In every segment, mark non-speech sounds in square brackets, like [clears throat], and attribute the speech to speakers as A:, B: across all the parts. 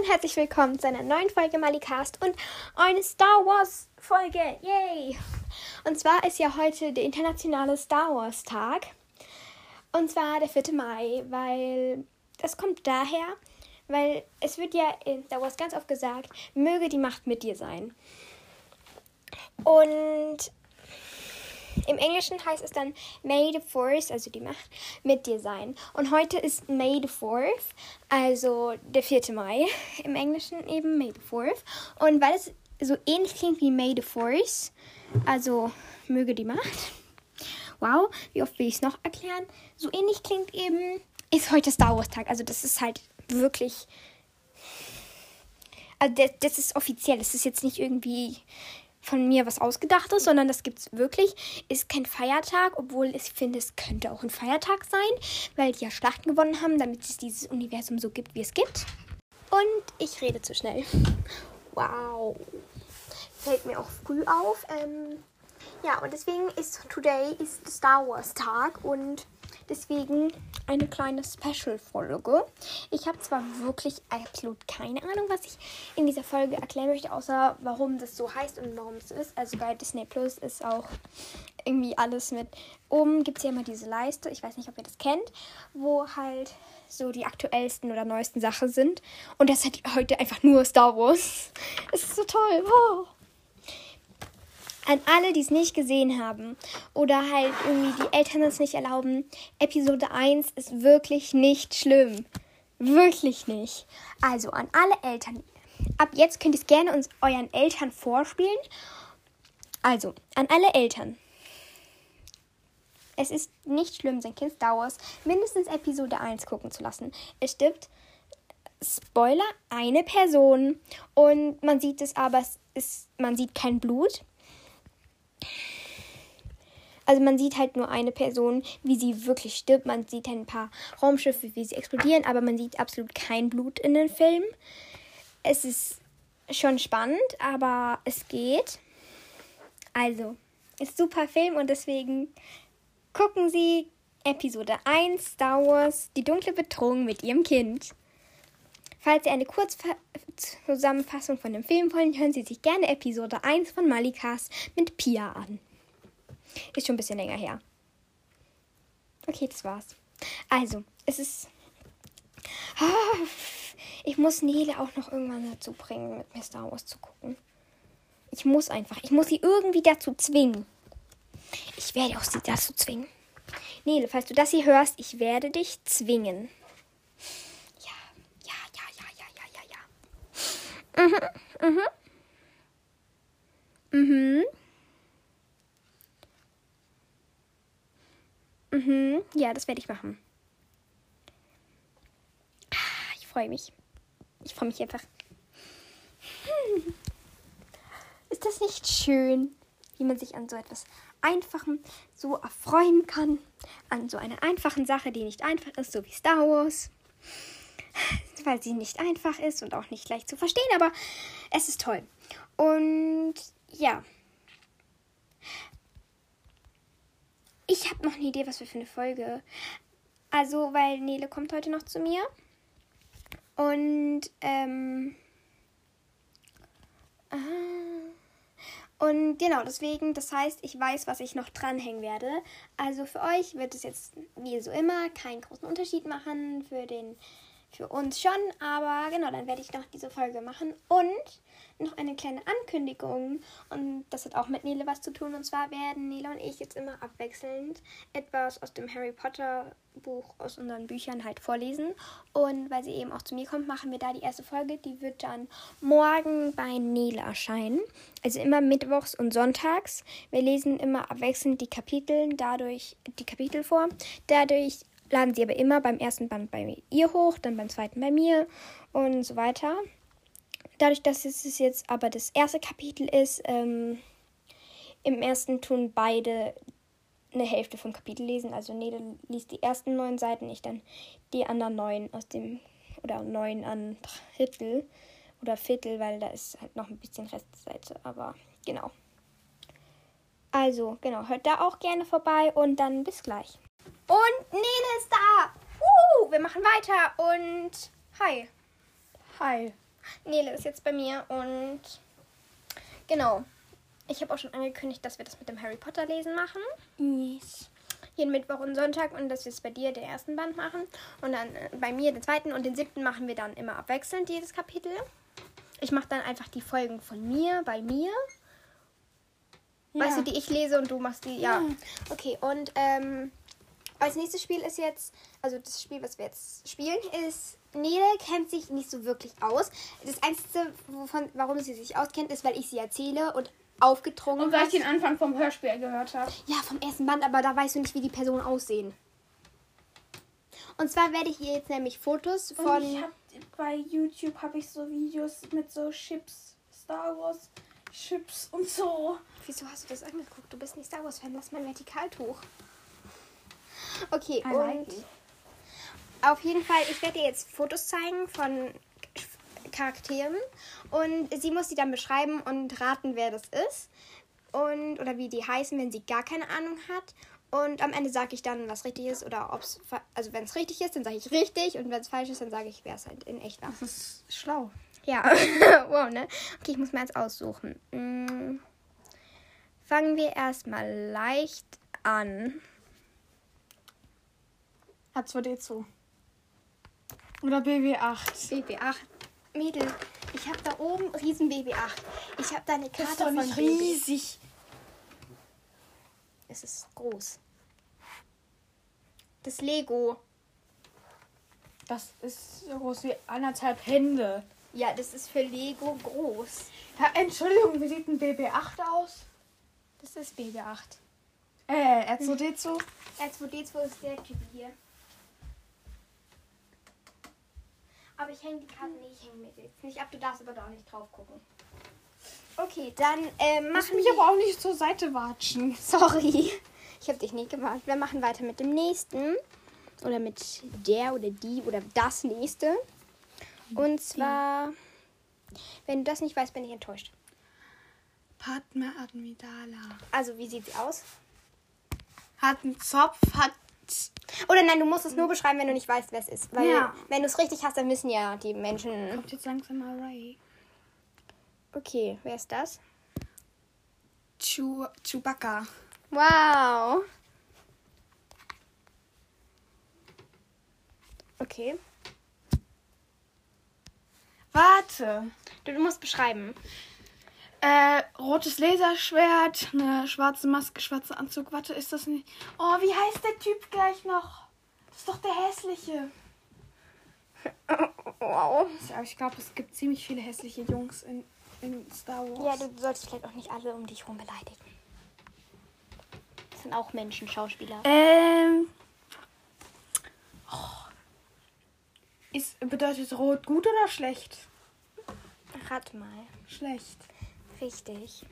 A: und herzlich willkommen zu einer neuen Folge Malikast und eine Star Wars Folge. Yay! Und zwar ist ja heute der internationale Star Wars Tag. Und zwar der 4. Mai, weil das kommt daher, weil es wird ja in Star Wars ganz oft gesagt, möge die Macht mit dir sein. Und im Englischen heißt es dann May the Fourth, also die Macht, mit dir sein. Und heute ist May the Fourth, also der 4. Mai. [laughs] Im Englischen eben May the Fourth. Und weil es so ähnlich klingt wie May the Fourth, also möge die Macht. Wow, wie oft will ich es noch erklären? So ähnlich klingt eben, ist heute Star Wars Tag. Also das ist halt wirklich. Also das, das ist offiziell, das ist jetzt nicht irgendwie von mir was ausgedacht ist, sondern das gibt's wirklich. Ist kein Feiertag, obwohl ich finde, es könnte auch ein Feiertag sein, weil die ja Schlachten gewonnen haben, damit es dieses Universum so gibt, wie es gibt. Und ich rede zu schnell. Wow. Fällt mir auch früh auf. Ähm, ja, und deswegen ist Today ist Star Wars Tag und deswegen eine kleine Special-Folge. Ich habe zwar wirklich absolut keine Ahnung, was ich in dieser Folge erklären möchte, außer warum das so heißt und warum es so ist. Also bei Disney Plus ist auch irgendwie alles mit. Oben gibt es ja immer diese Leiste, ich weiß nicht, ob ihr das kennt, wo halt so die aktuellsten oder neuesten Sachen sind. Und das hat heute einfach nur Star Wars. Es ist so toll. Oh an alle, die es nicht gesehen haben oder halt irgendwie die Eltern es nicht erlauben, Episode 1 ist wirklich nicht schlimm. Wirklich nicht. Also an alle Eltern, ab jetzt könnt ihr es gerne uns euren Eltern vorspielen. Also an alle Eltern. Es ist nicht schlimm, sein Kind Star Wars mindestens Episode 1 gucken zu lassen. Es stirbt Spoiler eine Person und man sieht es aber es ist man sieht kein Blut. Also man sieht halt nur eine Person, wie sie wirklich stirbt. Man sieht halt ein paar Raumschiffe, wie sie explodieren, aber man sieht absolut kein Blut in den Film. Es ist schon spannend, aber es geht. Also, ist super Film und deswegen gucken Sie Episode 1 Star Wars Die dunkle Bedrohung mit Ihrem Kind. Falls Sie eine Kurzzusammenfassung von dem Film wollen, hören Sie sich gerne Episode 1 von Malikas mit Pia an. Ist schon ein bisschen länger her. Okay, das war's. Also, es ist. Ah, ich muss Nele auch noch irgendwann dazu bringen, mit mir Star Wars zu gucken. Ich muss einfach. Ich muss sie irgendwie dazu zwingen. Ich werde auch sie dazu zwingen. Nele, falls du das hier hörst, ich werde dich zwingen. Ja, ja, ja, ja, ja, ja, ja, ja. Mhm, mhm. Mhm. Mhm, ja, das werde ich machen. Ah, ich freue mich. Ich freue mich einfach. Hm. Ist das nicht schön, wie man sich an so etwas Einfachem so erfreuen kann? An so einer einfachen Sache, die nicht einfach ist, so wie Star Wars. Weil sie nicht einfach ist und auch nicht leicht zu verstehen, aber es ist toll. Und ja. Ich habe noch eine Idee, was wir für eine Folge. Also, weil Nele kommt heute noch zu mir. Und, ähm. Ah, und genau, deswegen, das heißt, ich weiß, was ich noch dranhängen werde. Also für euch wird es jetzt, wie so immer, keinen großen Unterschied machen. Für den. Für uns schon, aber genau, dann werde ich noch diese Folge machen. Und noch eine kleine Ankündigung. Und das hat auch mit Nele was zu tun. Und zwar werden Nele und ich jetzt immer abwechselnd etwas aus dem Harry Potter Buch aus unseren Büchern halt vorlesen. Und weil sie eben auch zu mir kommt, machen wir da die erste Folge. Die wird dann morgen bei Nele erscheinen. Also immer mittwochs und sonntags. Wir lesen immer abwechselnd die Kapitel, dadurch die Kapitel vor. Dadurch laden sie aber immer beim ersten Band bei ihr hoch, dann beim zweiten bei mir und so weiter. Dadurch, dass es jetzt aber das erste Kapitel ist, ähm, im ersten tun beide eine Hälfte vom Kapitel lesen. Also Nede liest die ersten neun Seiten, ich dann die anderen neun aus dem, oder neun an Drittel oder Viertel, weil da ist halt noch ein bisschen Restseite, aber genau. Also, genau, hört da auch gerne vorbei und dann bis gleich. Und Nele ist da. Uh, wir machen weiter und hi. Hi. Nele ist jetzt bei mir und genau. Ich habe auch schon angekündigt, dass wir das mit dem Harry Potter lesen machen.
B: Yes.
A: Jeden Mittwoch und Sonntag und dass wir es bei dir den ersten Band machen und dann äh, bei mir den zweiten und den siebten machen wir dann immer abwechselnd jedes Kapitel. Ich mache dann einfach die Folgen von mir bei mir. Weißt du, die ich lese und du machst die, ja.
B: Ja.
A: Okay, und ähm, als nächstes Spiel ist jetzt, also das Spiel, was wir jetzt spielen, ist, Nele kennt sich nicht so wirklich aus. Das Einzige, wovon, warum sie sich auskennt, ist, weil ich sie erzähle und aufgedrungen
B: Und weil ich
A: habe.
B: den Anfang vom Hörspiel gehört habe.
A: Ja, vom ersten Band, aber da weißt du nicht, wie die Personen aussehen. Und zwar werde ich ihr jetzt nämlich Fotos
B: Und
A: von...
B: ich hab, bei YouTube habe ich so Videos mit so Chips, Star Wars Chips und so.
A: Wieso hast du das angeguckt? Du bist nicht Star Wars-Fan. Lass mein Vertikaltuch. Okay,
B: I like
A: und
B: it.
A: auf jeden Fall, ich werde dir jetzt Fotos zeigen von Ch- Charakteren und sie muss sie dann beschreiben und raten, wer das ist und oder wie die heißen, wenn sie gar keine Ahnung hat. Und am Ende sage ich dann, was richtig ist oder ob's fa- also wenn es richtig ist, dann sage ich richtig und wenn es falsch ist, dann sage ich, wer es halt in echt war.
B: Das ist schlau.
A: [laughs] Ja, [laughs] wow, ne? Okay, ich muss mir eins aussuchen. Mm. Fangen wir erstmal leicht an.
B: H2D2. Oder BW8.
A: BB8. Mädel, ich habe da oben riesen BB8. Ich habe da eine
B: Das
A: Karte
B: ist doch
A: von
B: nicht
A: BB.
B: riesig.
A: Es ist groß. Das Lego.
B: Das ist so groß wie anderthalb Hände.
A: Ja, das ist für Lego groß.
B: Ja, Entschuldigung, wie sieht ein BB8 aus?
A: Das ist BB8.
B: Äh,
A: Hm.
B: R2D2.
A: R2D2 ist der Typ hier. Aber ich hänge die Karte nicht, ich hänge
B: Mhm.
A: mir die jetzt nicht ab. Du darfst aber da auch nicht drauf gucken. Okay, dann ähm,
B: Lass
A: machen
B: mich
A: wir.
B: aber auch nicht zur Seite watschen.
A: [laughs] Sorry, ich habe dich nicht gewarnt. Wir machen weiter mit dem nächsten. Oder mit der oder die oder das nächste. Und zwar, wenn du das nicht weißt, bin ich enttäuscht.
B: Padma Amidala.
A: Also, wie sieht sie aus?
B: Hat einen Zopf, hat.
A: Oder nein, du musst es nur beschreiben, wenn du nicht weißt, wer es ist. Weil,
B: Ja.
A: wenn du es richtig hast, dann müssen ja die Menschen
B: Kommt jetzt langsam mal Ray.
A: Okay, wer ist das?
B: Chew Chewbacca.
A: Wow. Okay.
B: Warte.
A: Du, du musst beschreiben.
B: Äh, rotes Laserschwert, eine schwarze Maske, schwarzer Anzug. Warte, ist das nicht. Oh, wie heißt der Typ gleich noch? Das ist doch der hässliche.
A: Wow.
B: Aber ich glaube, es gibt ziemlich viele hässliche Jungs in, in Star
A: Ja,
B: Wars.
A: du solltest vielleicht auch nicht alle um dich herum beleidigen. Das sind auch Menschen, Schauspieler.
B: ähm. Oh. Ist, bedeutet rot gut oder schlecht?
A: Rat mal.
B: Schlecht.
A: Richtig.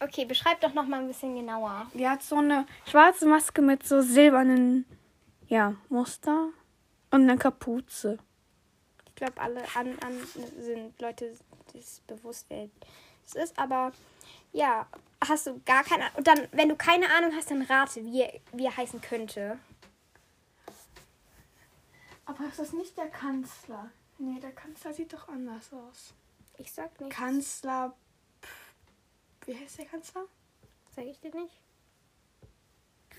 A: Okay, beschreib doch noch mal ein bisschen genauer.
B: Die hat so eine schwarze Maske mit so silbernen, ja, Muster und eine Kapuze.
A: Ich glaube, alle an, an sind Leute, die es bewusst wer es ist, aber ja, hast du gar keine Ahnung. Und dann, wenn du keine Ahnung hast, dann rate, wie er, wie er heißen könnte.
B: Aber ist das nicht der Kanzler? Nee, der Kanzler sieht doch anders aus.
A: Ich sag nicht.
B: Kanzler. Pff, Wie heißt der Kanzler?
A: Sag ich dir nicht.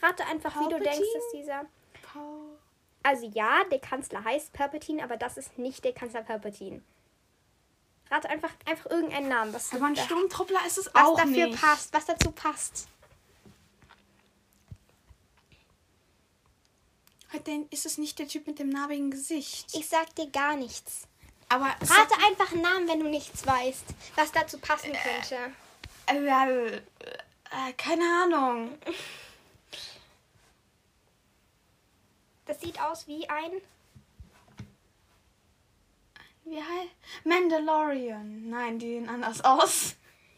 A: Rate einfach, wie du
B: Palpatine?
A: denkst, dass dieser.
B: Paul.
A: Also ja, der Kanzler heißt Palpatine, aber das ist nicht der Kanzler Palpatine. Rate einfach, einfach irgendeinen Namen, was,
B: Aber ein
A: da-
B: Sturmtruppler ist es
A: was
B: auch
A: dafür
B: nicht.
A: passt, was dazu passt.
B: Hat den, ist es nicht der Typ mit dem narbigen Gesicht?
A: Ich sag dir gar nichts.
B: Aber
A: Rate einfach einen Namen, wenn du nichts weißt, was dazu passen könnte.
B: äh, äh, äh, keine Ahnung.
A: Das sieht aus wie ein.
B: Wie heißt? Mandalorian. Nein, die sehen anders aus.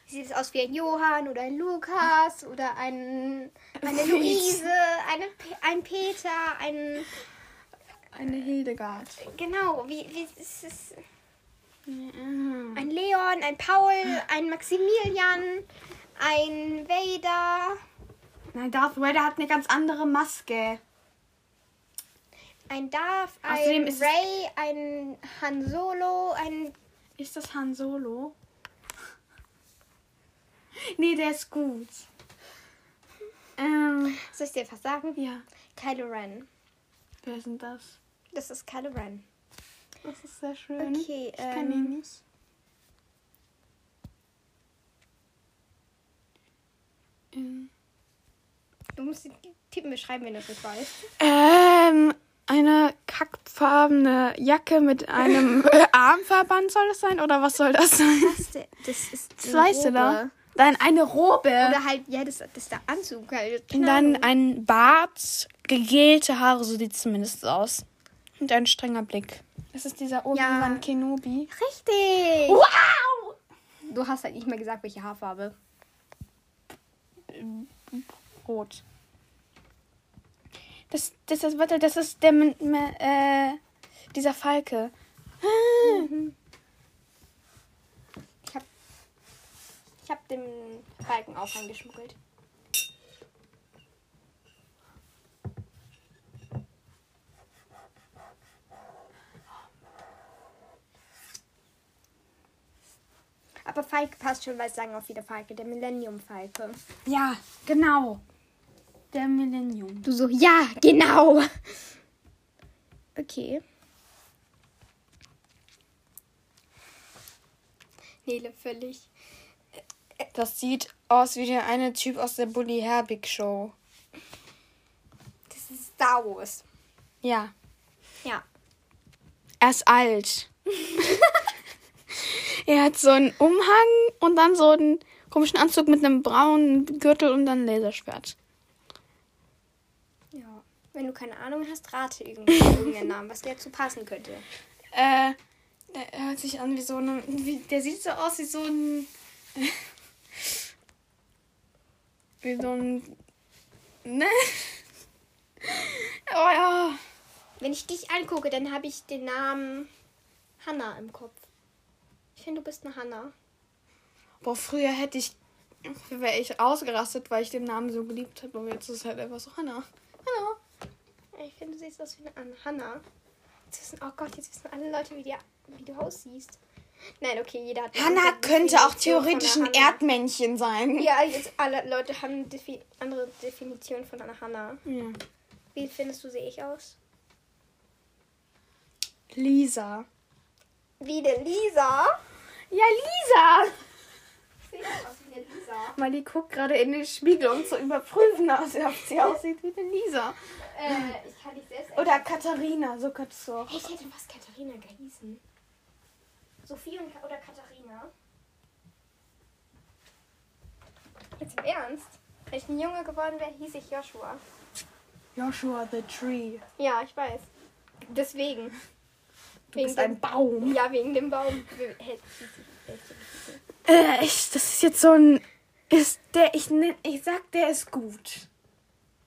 A: Sieht es aus wie ein Johann oder ein Lukas oder ein,
B: [laughs]
A: eine
B: Fies.
A: Luise, eine, Pe- ein Peter, ein.
B: Eine Hildegard.
A: Genau, wie, wie es ist
B: Mhm.
A: ein Leon, ein Paul, ein Maximilian, ein Vader.
B: Nein, Darth Vader hat eine ganz andere Maske.
A: Ein Darth,
B: Außerdem
A: ein
B: ist es-
A: Ray, ein Han Solo, ein.
B: Ist das Han Solo? [laughs] nee, der ist gut. Ähm,
A: Soll ich dir fast sagen?
B: ja.
A: Kylo Ren.
B: Wer ist denn das?
A: Das ist Kylo Ren.
B: Das ist sehr schön.
A: Okay,
B: Mhm. ich
A: ähm,
B: kann ihn nicht. Ähm,
A: Du musst den Typen beschreiben, wenn du es nicht weißt.
B: Ähm, eine kackfarbene Jacke mit [laughs] einem äh, Armverband soll das sein? Oder was soll das sein?
A: Das ist.
B: Was weißt du da? Dann eine Robe.
A: Oder halt, ja, das, das ist der Anzug. Halt.
B: Und
A: Keine
B: dann
A: Ahnung.
B: ein Bart, gegelte Haare, so sieht es zumindest aus. Und ein strenger Blick. Das ist dieser Obi-Wan
A: Ja.
B: Kenobi.
A: Richtig!
B: Wow!
A: Du hast halt nicht mehr gesagt, welche Haarfarbe.
B: Rot. Das, das ist, warte, das ist der, M- M- äh, dieser Falke.
A: Ich hab. Ich hab den Balken auch reingeschmuggelt. Aber Falke passt schon, weil es sagen auch wieder Falke, der Millennium-Falke.
B: [gasps] Ja, genau. Der Millennium.
A: Du so, ja, genau. Okay. Nele, völlig.
B: Das sieht aus wie der eine Typ aus der Bully Herbig Show.
A: Das ist Star Wars.
B: Ja.
A: Ja.
B: Er ist alt. [laughs] er hat so einen Umhang und dann so einen komischen Anzug mit einem braunen Gürtel und dann ein Laserschwert.
A: Ja. Wenn du keine Ahnung hast, rate
B: [laughs]
A: irgendwie irgendeinen Namen, was dir dazu passen könnte.
B: Äh, der hört sich an wie so ein. Wie, der sieht so aus wie so ein. [laughs] wie so ein. Ne? [laughs] Oh ja.
A: Wenn ich dich angucke, dann habe ich den Namen Hanna im Kopf. Ich finde, du bist eine Hanna.
B: Boah, früher hätte ich. wäre ich ausgerastet, weil ich den Namen so geliebt habe. Aber jetzt ist es halt einfach so Hannah. Hannah.
A: Ich finde, du siehst aus wie eine An- Hanna. Jetzt wissen, oh Gott, jetzt wissen alle Leute, wie, die, wie du aussiehst. Nein, okay, jeder hat. eine
B: Hanna
A: andere
B: könnte
A: Definition
B: auch
A: von
B: theoretisch
A: einer
B: ein
A: Hanna.
B: Erdmännchen sein.
A: Ja, jetzt alle Leute haben eine Defi andere Definition von einer Hanna. Wie findest du, sehe ich aus?
B: Lisa.
A: Wie der Lisa?
B: Ja, Lisa!
A: Sehe ich aus wie eine Lisa?
B: Mali guckt gerade in den Spiegel, um zu überprüfen, ob sie- ob sie aussieht wie eine Lisa.
A: Äh, ich kann nicht selbst.
B: Oder Katharina, so könntest du auch.
A: Hey, ich hätte was Katharina gehießen. Sophie und, oder Katharina? Jetzt im Ernst? Wenn ich ein Junge geworden wäre, hieß ich Joshua.
B: Joshua the Tree.
A: Ja, ich weiß. Deswegen.
B: Du bist ein Baum.
A: Ja, wegen dem Baum. Wir- hätte ich- hätte ich-
B: Äh, ich, das ist jetzt so ein. Ist der, ich, nenn- ich sag, der ist gut.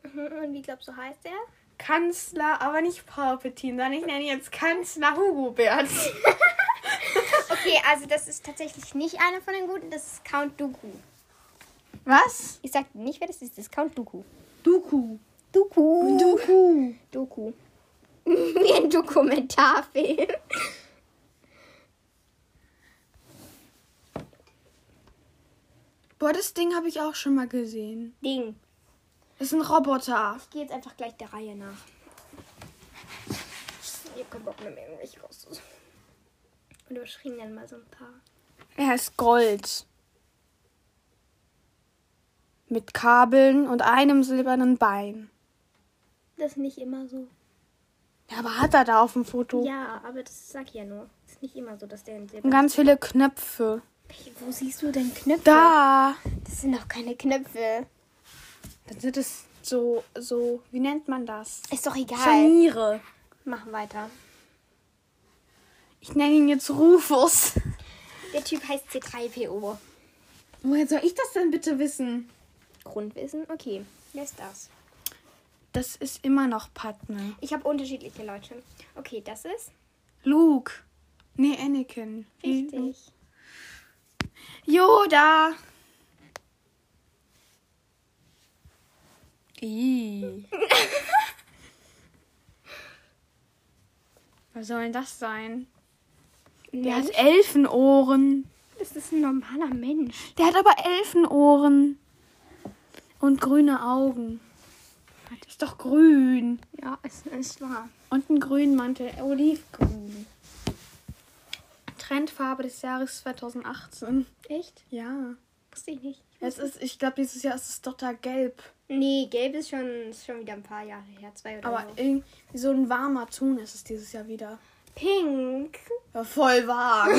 A: Mhm, Und wie glaubst du, heißt er?
B: Kanzler, aber nicht Palpatine, sondern ich nenne jetzt Kanzler Hugobert.
A: Okay, also das ist tatsächlich nicht einer von den guten, das ist Count Dooku.
B: Was?
A: Ich sag dir nicht, wer das ist, das ist Count Dooku.
B: Duku.
A: Dooku.
B: Duku.
A: Doku. [laughs] Wie ein Dokumentarfilm.
B: Boah, das Ding habe ich auch schon mal gesehen.
A: Ding.
B: Das ist ein Roboter.
A: Ich gehe jetzt einfach gleich der Reihe nach. Ich hab keinen Bock mehr, mir irgendwelche rauszusuchen. Und überschrieben dann mal so ein paar.
B: Er ist Gold. Mit Kabeln und einem silbernen Bein.
A: Das ist nicht immer so.
B: Ja, aber hat er da auf dem Foto?
A: Ja, aber das sag ich ja nur. Das ist nicht immer so, dass der in
B: Und
A: Silber.
B: ganz viele Knöpfe.
A: Hey, Wo siehst du denn Knöpfe?
B: Da.
A: Das sind doch keine Knöpfe.
B: Dann sind es so, so, wie nennt man das?
A: Ist doch egal.
B: Scharniere.
A: Machen weiter.
B: Ich nenne ihn jetzt Rufus.
A: Der Typ heißt C3PO.
B: Woher soll ich das denn bitte wissen?
A: Grundwissen? Okay. Wer ist das?
B: Das ist immer noch Padme.
A: Ich habe unterschiedliche Leute. Okay, das ist
B: Luke. Nee, Anakin.
A: Mhm. richtig.
B: Yoda. Ih. [laughs] Was soll denn das sein? Der
A: Mensch?
B: hat Elfenohren.
A: Das ist ein normaler Mensch.
B: Der hat aber Elfenohren. Und grüne Augen. Ist doch grün.
A: Ja, es ist wahr.
B: Und einen grünen Mantel. Olivgrün. Trendfarbe des Jahres 2018.
A: Echt?
B: Ja.
A: Wusste ich nicht.
B: Es ist, ich glaube, dieses Jahr ist es doch da gelb.
A: Nee, gelb ist schon, ist schon wieder ein paar Jahre her. Zwei oder
B: Aber
A: so.
B: irgendwie so ein warmer Ton ist es dieses Jahr wieder.
A: Pink.
B: Ja, voll warm.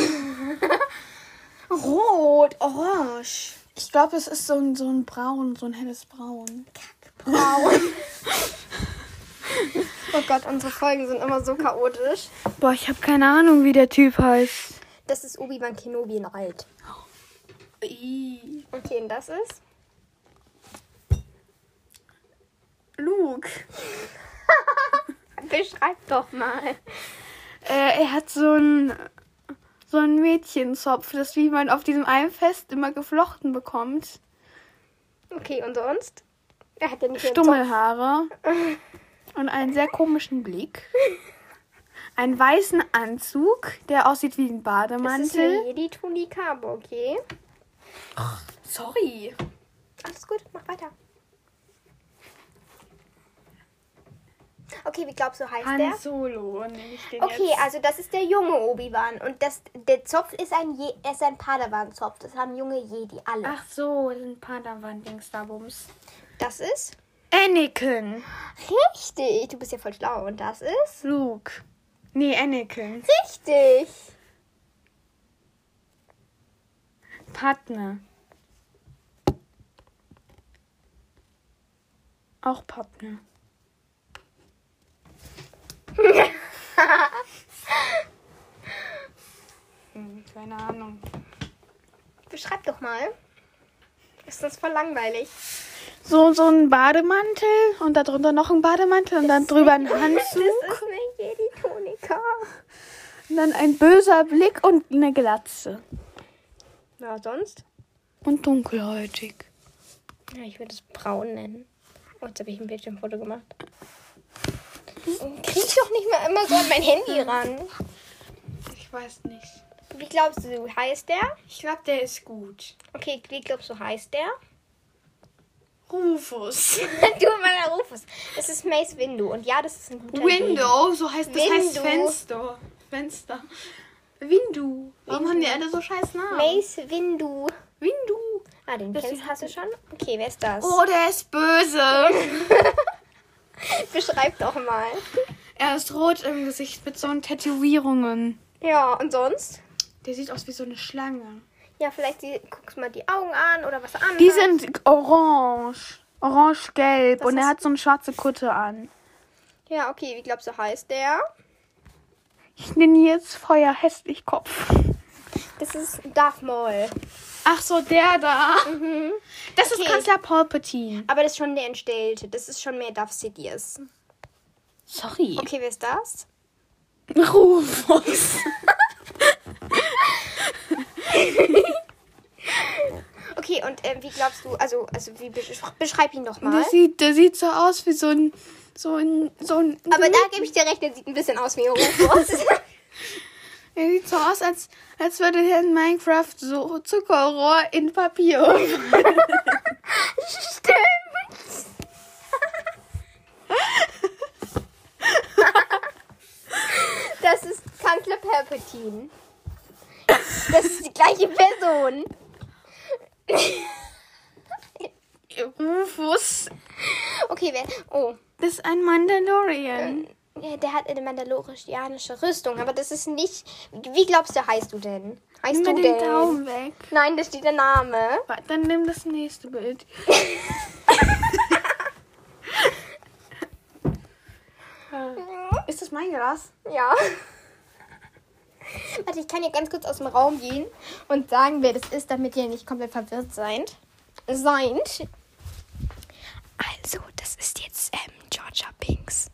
B: [laughs]
A: Rot. Orange.
B: Ich glaube, es ist so ein, so ein Braun, so ein helles Braun.
A: Braun. oh Gott, unsere Folgen sind immer so chaotisch.
B: Boah, ich habe keine Ahnung, wie der Typ heißt.
A: Das ist Obi-Wan Kenobi in alt. Okay, und das ist?
B: Luke.
A: Beschreib doch mal.
B: Äh, er hat so ein so ein Mädchenzopf, das wie man auf diesem einen Fest immer geflochten bekommt.
A: Okay, und sonst? Er hat ja nicht mehr
B: Stummelhaare und einen sehr komischen Blick. Einen weißen Anzug, der aussieht wie ein
A: Das ist eine
B: Bademantel.
A: Jedi-Tunika, aber okay.
B: Sorry.
A: Alles gut, mach weiter. Okay, wie glaubst du, heißt
B: Han
A: der?
B: Solo. nenn ich den
A: Okay,
B: jetzt.
A: also das ist der junge Obi-Wan. Und das, der Zopf ist ein, Je er ist ein Padawan-Zopf. Das haben junge Jedi alle.
B: Ach so, das sind Padawan-Dings da, Bums.
A: Das ist?
B: Anakin.
A: Richtig. Du bist ja voll schlau. Und das ist?
B: Luke. Nee, Anakin.
A: Richtig.
B: Padme. Auch Padme. Hm, [laughs] Keine Ahnung.
A: Beschreib doch mal. Ist das voll langweilig?
B: So, so ein Bademantel und darunter noch ein Bademantel und dann drüber ein
A: Das
B: Handzug
A: ist eine Jedi-Tunika.
B: und dann ein böser Blick und eine Glatze.
A: Na, sonst?
B: Und dunkelhäutig.
A: Ja, ich würde es braun nennen. Oh, jetzt habe ich ein Bildschirmfoto gemacht. Krieg ich doch nicht mehr immer so an mein Handy ran.
B: Ich weiß nicht.
A: Wie glaubst du, heißt der?
B: Ich glaube, der ist gut.
A: Okay, wie glaubst du, heißt der?
B: Rufus.
A: [laughs] du meiner Rufus. Es ist Mace Windu. Und ja, das ist ein guter Jedi.
B: Window, so heißt das heißt
A: Window.
B: Fenster. Fenster. Windu. Warum haben die alle so scheiß Namen?
A: Mace Windu.
B: Windu.
A: Ah, den
B: Deswegen
A: kennst hast du schon? Okay, wer ist das?
B: Oh, der ist böse.
A: Beschreib doch mal.
B: er ist rot im Gesicht mit so einen Tätowierungen.
A: Ja, und sonst?
B: Der sieht aus wie so eine Schlange.
A: Ja, vielleicht die, guckst mal die Augen an oder was an.
B: Die sind orange. Orange-gelb.
A: Das
B: Und er
A: ist-
B: hat so eine schwarze Kutte an.
A: Ja, okay, wie glaubst du, heißt der?
B: Ich nenne ihn jetzt Feuer hässlich Kopf.
A: Das ist Darth Maul.
B: Ach so, der da. Mhm. Das ist
A: Okay.
B: Kanzler Palpatine.
A: Aber das ist schon der Entstellte. Das ist schon mehr Darth Sidious.
B: Sorry.
A: Okay, wer ist das?
B: Rufus.
A: Okay, und ähm, wie glaubst du, also, also wie besch beschreib ihn doch mal.
B: Der sieht, der sieht so aus wie so ein. So ein. So ein
A: Aber da gebe ich dir recht, der sieht ein bisschen aus wie
B: [laughs]
A: ein Rufus.
B: der sieht so aus, als, als würde er in Minecraft so Zuckerrohr in Papier. umwandeln.
A: Stimmt. Das ist Kanzler Palpatine. Das ist die gleiche Person.
B: Rufus.
A: Okay, wer. Oh.
B: Das ist ein Mandalorian.
A: Ja, Der hat eine mandalorianische Rüstung, aber das ist nicht. Wie glaubst du, heißt du denn? Heißt
B: Nimm mir
A: du
B: den
A: denn?
B: Daumen weg.
A: Nein, da steht der Name.
B: Warte, Dann nimm das nächste [laughs] Bild. Ist das mein Glas?
A: Ja. Warte, ich kann ja ganz kurz aus dem Raum gehen und sagen, wer das ist, damit ihr nicht komplett verwirrt seid. Seid. Also, das ist jetzt ähm, Georgia Pinks.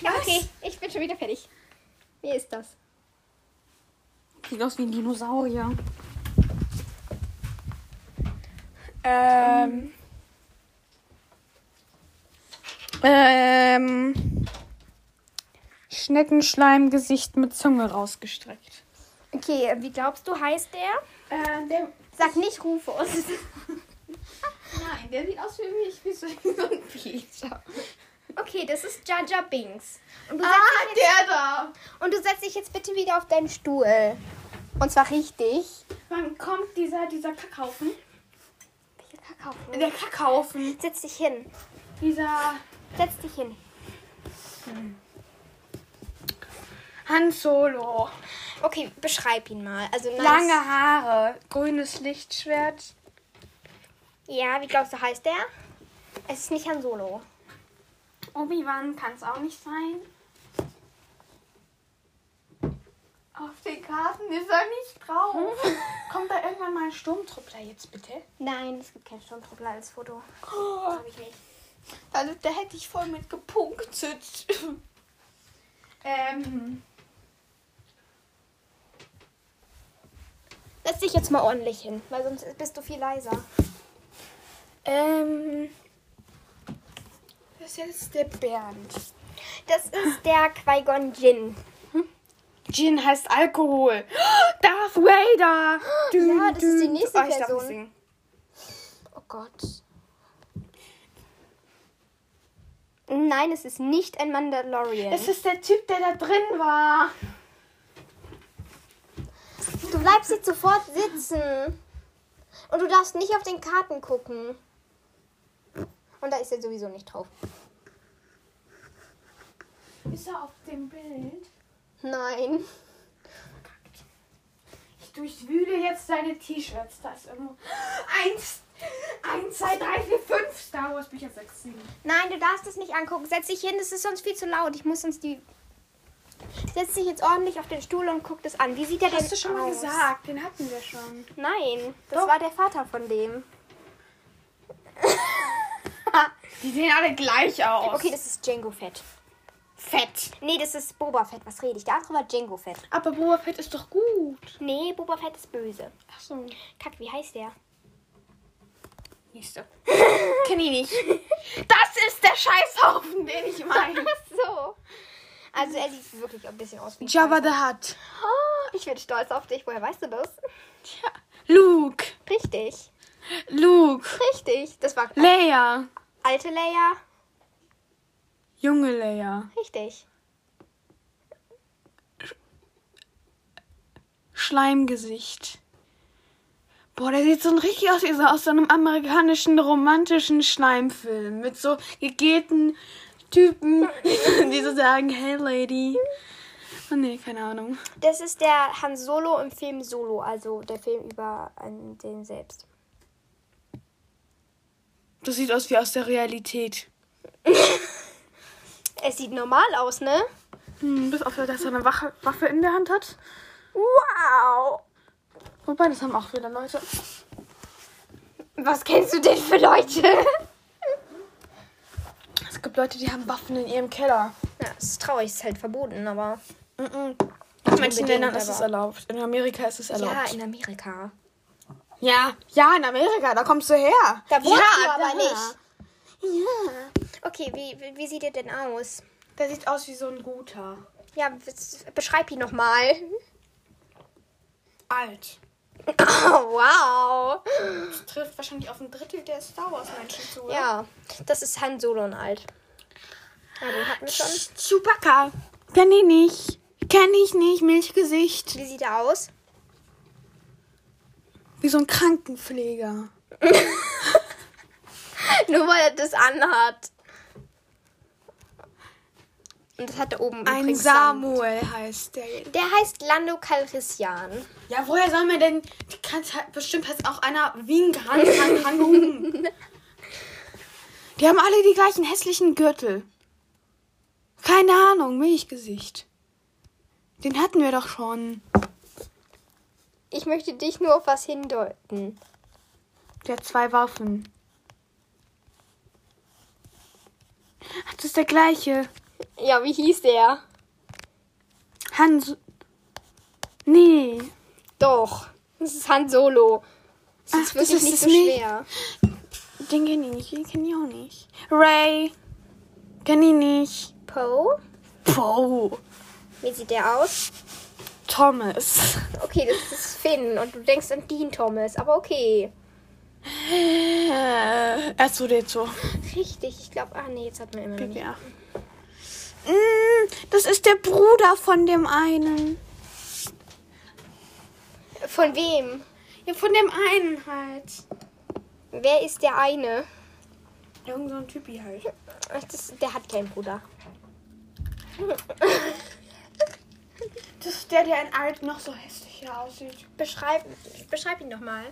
A: Ja, okay, ich bin schon wieder fertig. Wer ist das?
B: Sieht aus wie ein Dinosaurier. Ähm. Ähm. Schneckenschleimgesicht mit Zunge rausgestreckt.
A: Okay, äh, wie glaubst du, heißt der?
C: Äh, der,
A: Sag nicht Rufus.
C: nein, der sieht aus für mich wie so ein
B: [laughs]
C: Peter.
A: [laughs] Okay, das ist Jaja Binks. Und du,
C: Ah, der da.
A: setz, und du setzt dich jetzt bitte wieder auf deinen Stuhl. Und zwar richtig.
C: Wann kommt dieser, dieser Kackhaufen?
A: Kakaofen.
C: Der Kackhaufen.
A: Setz dich hin.
C: Dieser
A: Setz dich hin.
C: Han Solo.
A: Okay, beschreib ihn mal. Also nice.
B: Lange Haare, grünes Lichtschwert.
A: Ja, wie glaubst du, heißt der? Es ist nicht Han Solo.
B: Obi-Wan kann es auch nicht sein.
C: Auf den Karten ist er nicht [laughs] drauf. Kommt da irgendwann mal ein Sturmtruppler jetzt bitte?
A: Nein, es gibt kein Sturmtruppler als Foto.
C: Oh,
A: Hab ich nicht.
C: also da hätte ich voll mit gepunktet. ähm,
A: Setz dich jetzt mal ordentlich hin, weil sonst bist du viel leiser. Ähm,
C: das ist jetzt der Bernd.
A: das [laughs] ist der Qui-Gon Jinn.
B: Gin heißt Alkohol. Darth Vader. Dün,
A: Ja, das ist die nächste
B: ich darf
A: Person.
B: nicht singen.
A: Oh Gott. Nein, es ist nicht ein Mandalorian.
C: Es ist der Typ, der da drin war.
A: du bleibst jetzt sofort sitzen. Und du darfst nicht auf den Karten gucken. Und da ist er sowieso nicht drauf.
C: Ist er auf dem Bild?
A: Nein.
C: Ich durchwühle jetzt seine T-Shirts. Da ist irgendwo. Eins, eins, zwei, drei, vier, fünf Star Wars Bücher, sechs, sieben.
A: Nein, du darfst es nicht angucken. Setz dich hin, das ist sonst viel zu laut. Ich muss uns die. Setz dich jetzt ordentlich auf den Stuhl und guck das an. Wie sieht der denn aus?
C: Hast du schon mal gesagt? Den hatten wir schon.
A: Nein, das
C: Doch.
A: war der Vater von dem.
C: Die sehen alle gleich aus.
A: Okay, das ist Django Fett.
C: Fett.
A: Nee, das ist Boba Fett. Was rede ich? Der andere war Django Fett.
C: Aber Boba Fett ist doch gut.
A: Nee, Boba Fett ist böse.
C: Achso.
A: Kack, wie heißt der?
C: Nächste. [laughs] Kenn ich nicht. Das ist der Scheißhaufen, [laughs] den ich meine.
A: [laughs] Ach so. Also er sieht wirklich ein bisschen aus wie...
B: Jabba the Hutt.
A: Oh, ich bin stolz auf dich. Woher weißt du das?
B: Luke.
A: Richtig.
B: Luke.
A: Richtig. Das war
B: Leia.
A: alte Leia.
B: Junge Leia.
A: Richtig.
B: Schleimgesicht. Boah, der sieht so ein richtig aus wie so aus so einem amerikanischen romantischen Schleimfilm. Mit so gegelten Typen, [laughs] die so sagen, hey Lady. Oh nee, keine Ahnung.
A: Das ist der Han Solo im Film Solo. Also der Film über ähm, den selbst.
B: Das sieht aus wie aus der Realität.
A: Es sieht normal aus, ne?
B: Hm, bis auf, dass er eine Wache, Waffe in der Hand hat.
A: Wow.
B: Wobei, das haben auch wieder Leute.
A: Was kennst du denn für Leute?
B: Es gibt Leute, die haben Waffen in ihrem Keller.
A: [laughs] Ja, es ist traurig. ist halt verboten, aber...
B: Mhm.
A: Nicht
B: In manchen
A: unbedingt,
B: Ländern ist
A: aber-
B: es erlaubt. In Amerika ist es
A: Ja,
B: erlaubt.
A: in Amerika.
B: Ja, ja, in Amerika, da kommst du her.
A: Da wohnst
B: ja,
A: du aber
B: da.
A: nicht. Okay, wie, wie- wie sieht er denn aus?
B: Der sieht aus wie so ein guter.
A: Ja, das- beschreib ihn nochmal.
B: Alt.
A: Oh, [coughs] wow.
B: Das trifft wahrscheinlich auf ein Drittel der Star Wars Menschen zu. Ja.
A: Ja, das ist Han Solo in alt. Ja, den hatten wir schon.
B: Chewbacca. Kenn ich nicht. Kenn ich nicht, Milchgesicht.
A: Wie sieht er aus?
B: Wie so ein Krankenpfleger.
A: Nur weil er das anhat. Und das hat er oben
B: Ein
A: übrigens
B: Samuel heißt der.
A: Sand. Der heißt Lando Calrissian.
B: Ja, woher soll man denn? Die kann, bestimmt heißt auch einer Wien Krankenhung. die haben alle die gleichen hässlichen Gürtel. Keine Ahnung, Milchgesicht. Den hatten wir doch schon.
A: Ich möchte dich nur auf was hindeuten.
B: Der hat zwei Waffen. Ach, Das ist der gleiche.
A: Ja, wie hieß der?
B: Hans. Nee.
A: Doch, das ist Han Solo. Das ist
B: Ach, das
A: wirklich
B: ist
A: nicht
B: es
A: so
B: nicht.
A: schwer.
B: Den kenn ich nicht. Den kenn ich auch nicht. Ray. Kenn ich nicht.
A: Poe?
B: Po.
A: Wie sieht der aus?
B: Thomas.
A: Okay, das ist Finn und du denkst an Dean Thomas, aber okay.
B: Äh, R2D2.
A: Richtig, ich glaube, ah nee, jetzt hat man immer noch nicht.
B: Ja. Mm, das ist der Bruder von dem einen.
A: Von wem?
B: Ja, von dem einen halt.
A: Wer ist der eine?
B: Irgend so ein Typi halt.
A: Ach, Das, der hat keinen Bruder.
D: Das ist der, der in alt noch so hässlich aussieht.
A: Beschreib, beschreib ihn doch mal.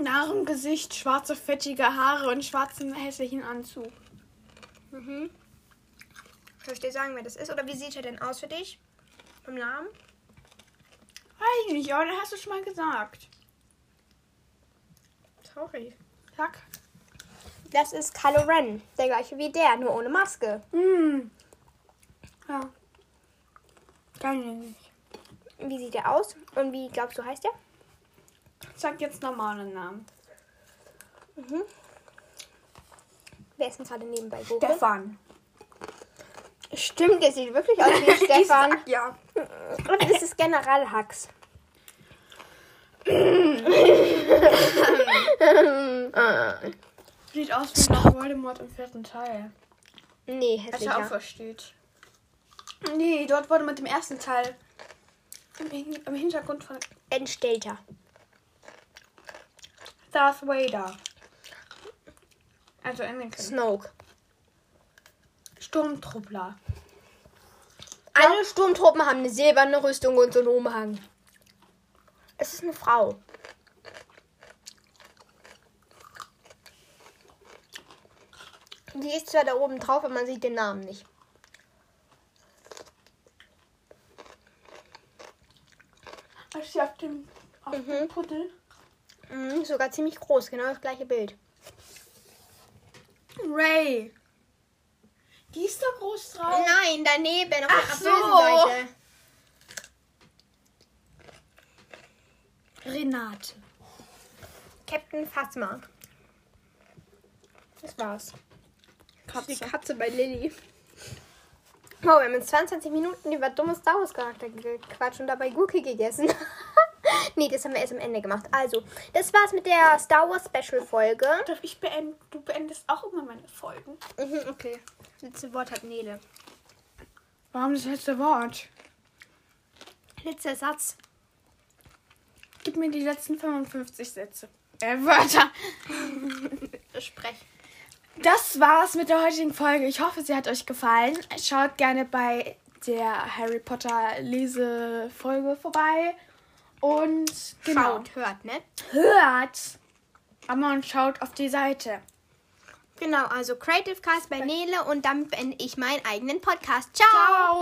B: Narren Gesicht, schwarze fettige Haare und schwarzen hässlichen Anzug.
A: Mhm. Kannst du dir sagen, wer das ist? Oder wie sieht er denn aus für dich? Vom Namen?
B: Weiß ich nicht, aber den hast du schon mal gesagt.
A: Sorry.
B: Zack.
A: Das ist Kylo Ren. Der gleiche wie der, nur ohne Maske.
B: Mm. Ja. Kann ich nicht.
A: Wie sieht er aus? Und wie glaubst du, heißt er?
B: Sag jetzt normalen Namen.
A: Wer ist denn gerade nebenbei? Google?
B: Stefan.
A: Stimmt, der sieht wirklich aus [laughs] wie Stefan.
B: [clears throat] Ja.
A: Und das ist General [laughs] Hux.
D: Sieht aus wie nach Voldemort im vierten Teil.
A: Nee,
D: Als er
A: hässlicher.
D: aufersteht.
B: Nee, dort wurde mit dem ersten Teil im, Hin- im Hintergrund von
A: Entstellter.
B: Darth Vader. Also Anakin.
A: Snoke.
B: Sturmtruppler.
A: Alle Sturmtruppen haben eine silberne Rüstung und so einen Umhang. Es ist eine Frau. Die ist zwar da oben drauf, aber man sieht den Namen nicht.
D: Als sie auf dem, auf dem Puddel.
A: Mhm, ist sogar ziemlich groß, genau das gleiche Bild.
B: Ray.
D: Die ist doch groß drauf.
A: Oh Nein, daneben, auf
D: Ach
A: der bösen
D: so.
A: Seite.
B: Renate.
A: Captain Phasma. Das war's. Die
B: Katze.
A: Katze bei Lilly. Wow, wir haben jetzt 22 Minuten über dumme Star Wars Charakter gequatscht und dabei Gurke gegessen. [laughs] nee, das haben wir erst am Ende gemacht. Also, das war's mit der Star Wars Special Folge.
B: Darf ich beenden? Du beendest auch immer meine Folgen.
A: Mhm, okay. Das letzte Wort hat Nele.
B: Warum das letzte Wort?
A: Letzter Satz.
B: Gib mir die letzten 55 Sätze. Äh, Wörter.
A: Sprech.
B: Das war's mit der heutigen Folge. Ich hoffe, sie hat euch gefallen. Schaut gerne bei der Harry Potter Lesefolge vorbei. Und genau.
A: Schaut, hört, ne?
B: Hört. Aber und schaut auf die Seite.
A: Genau, also Creative Cast bei Nele und damit beende ich meinen eigenen Podcast. Ciao.
B: Ciao.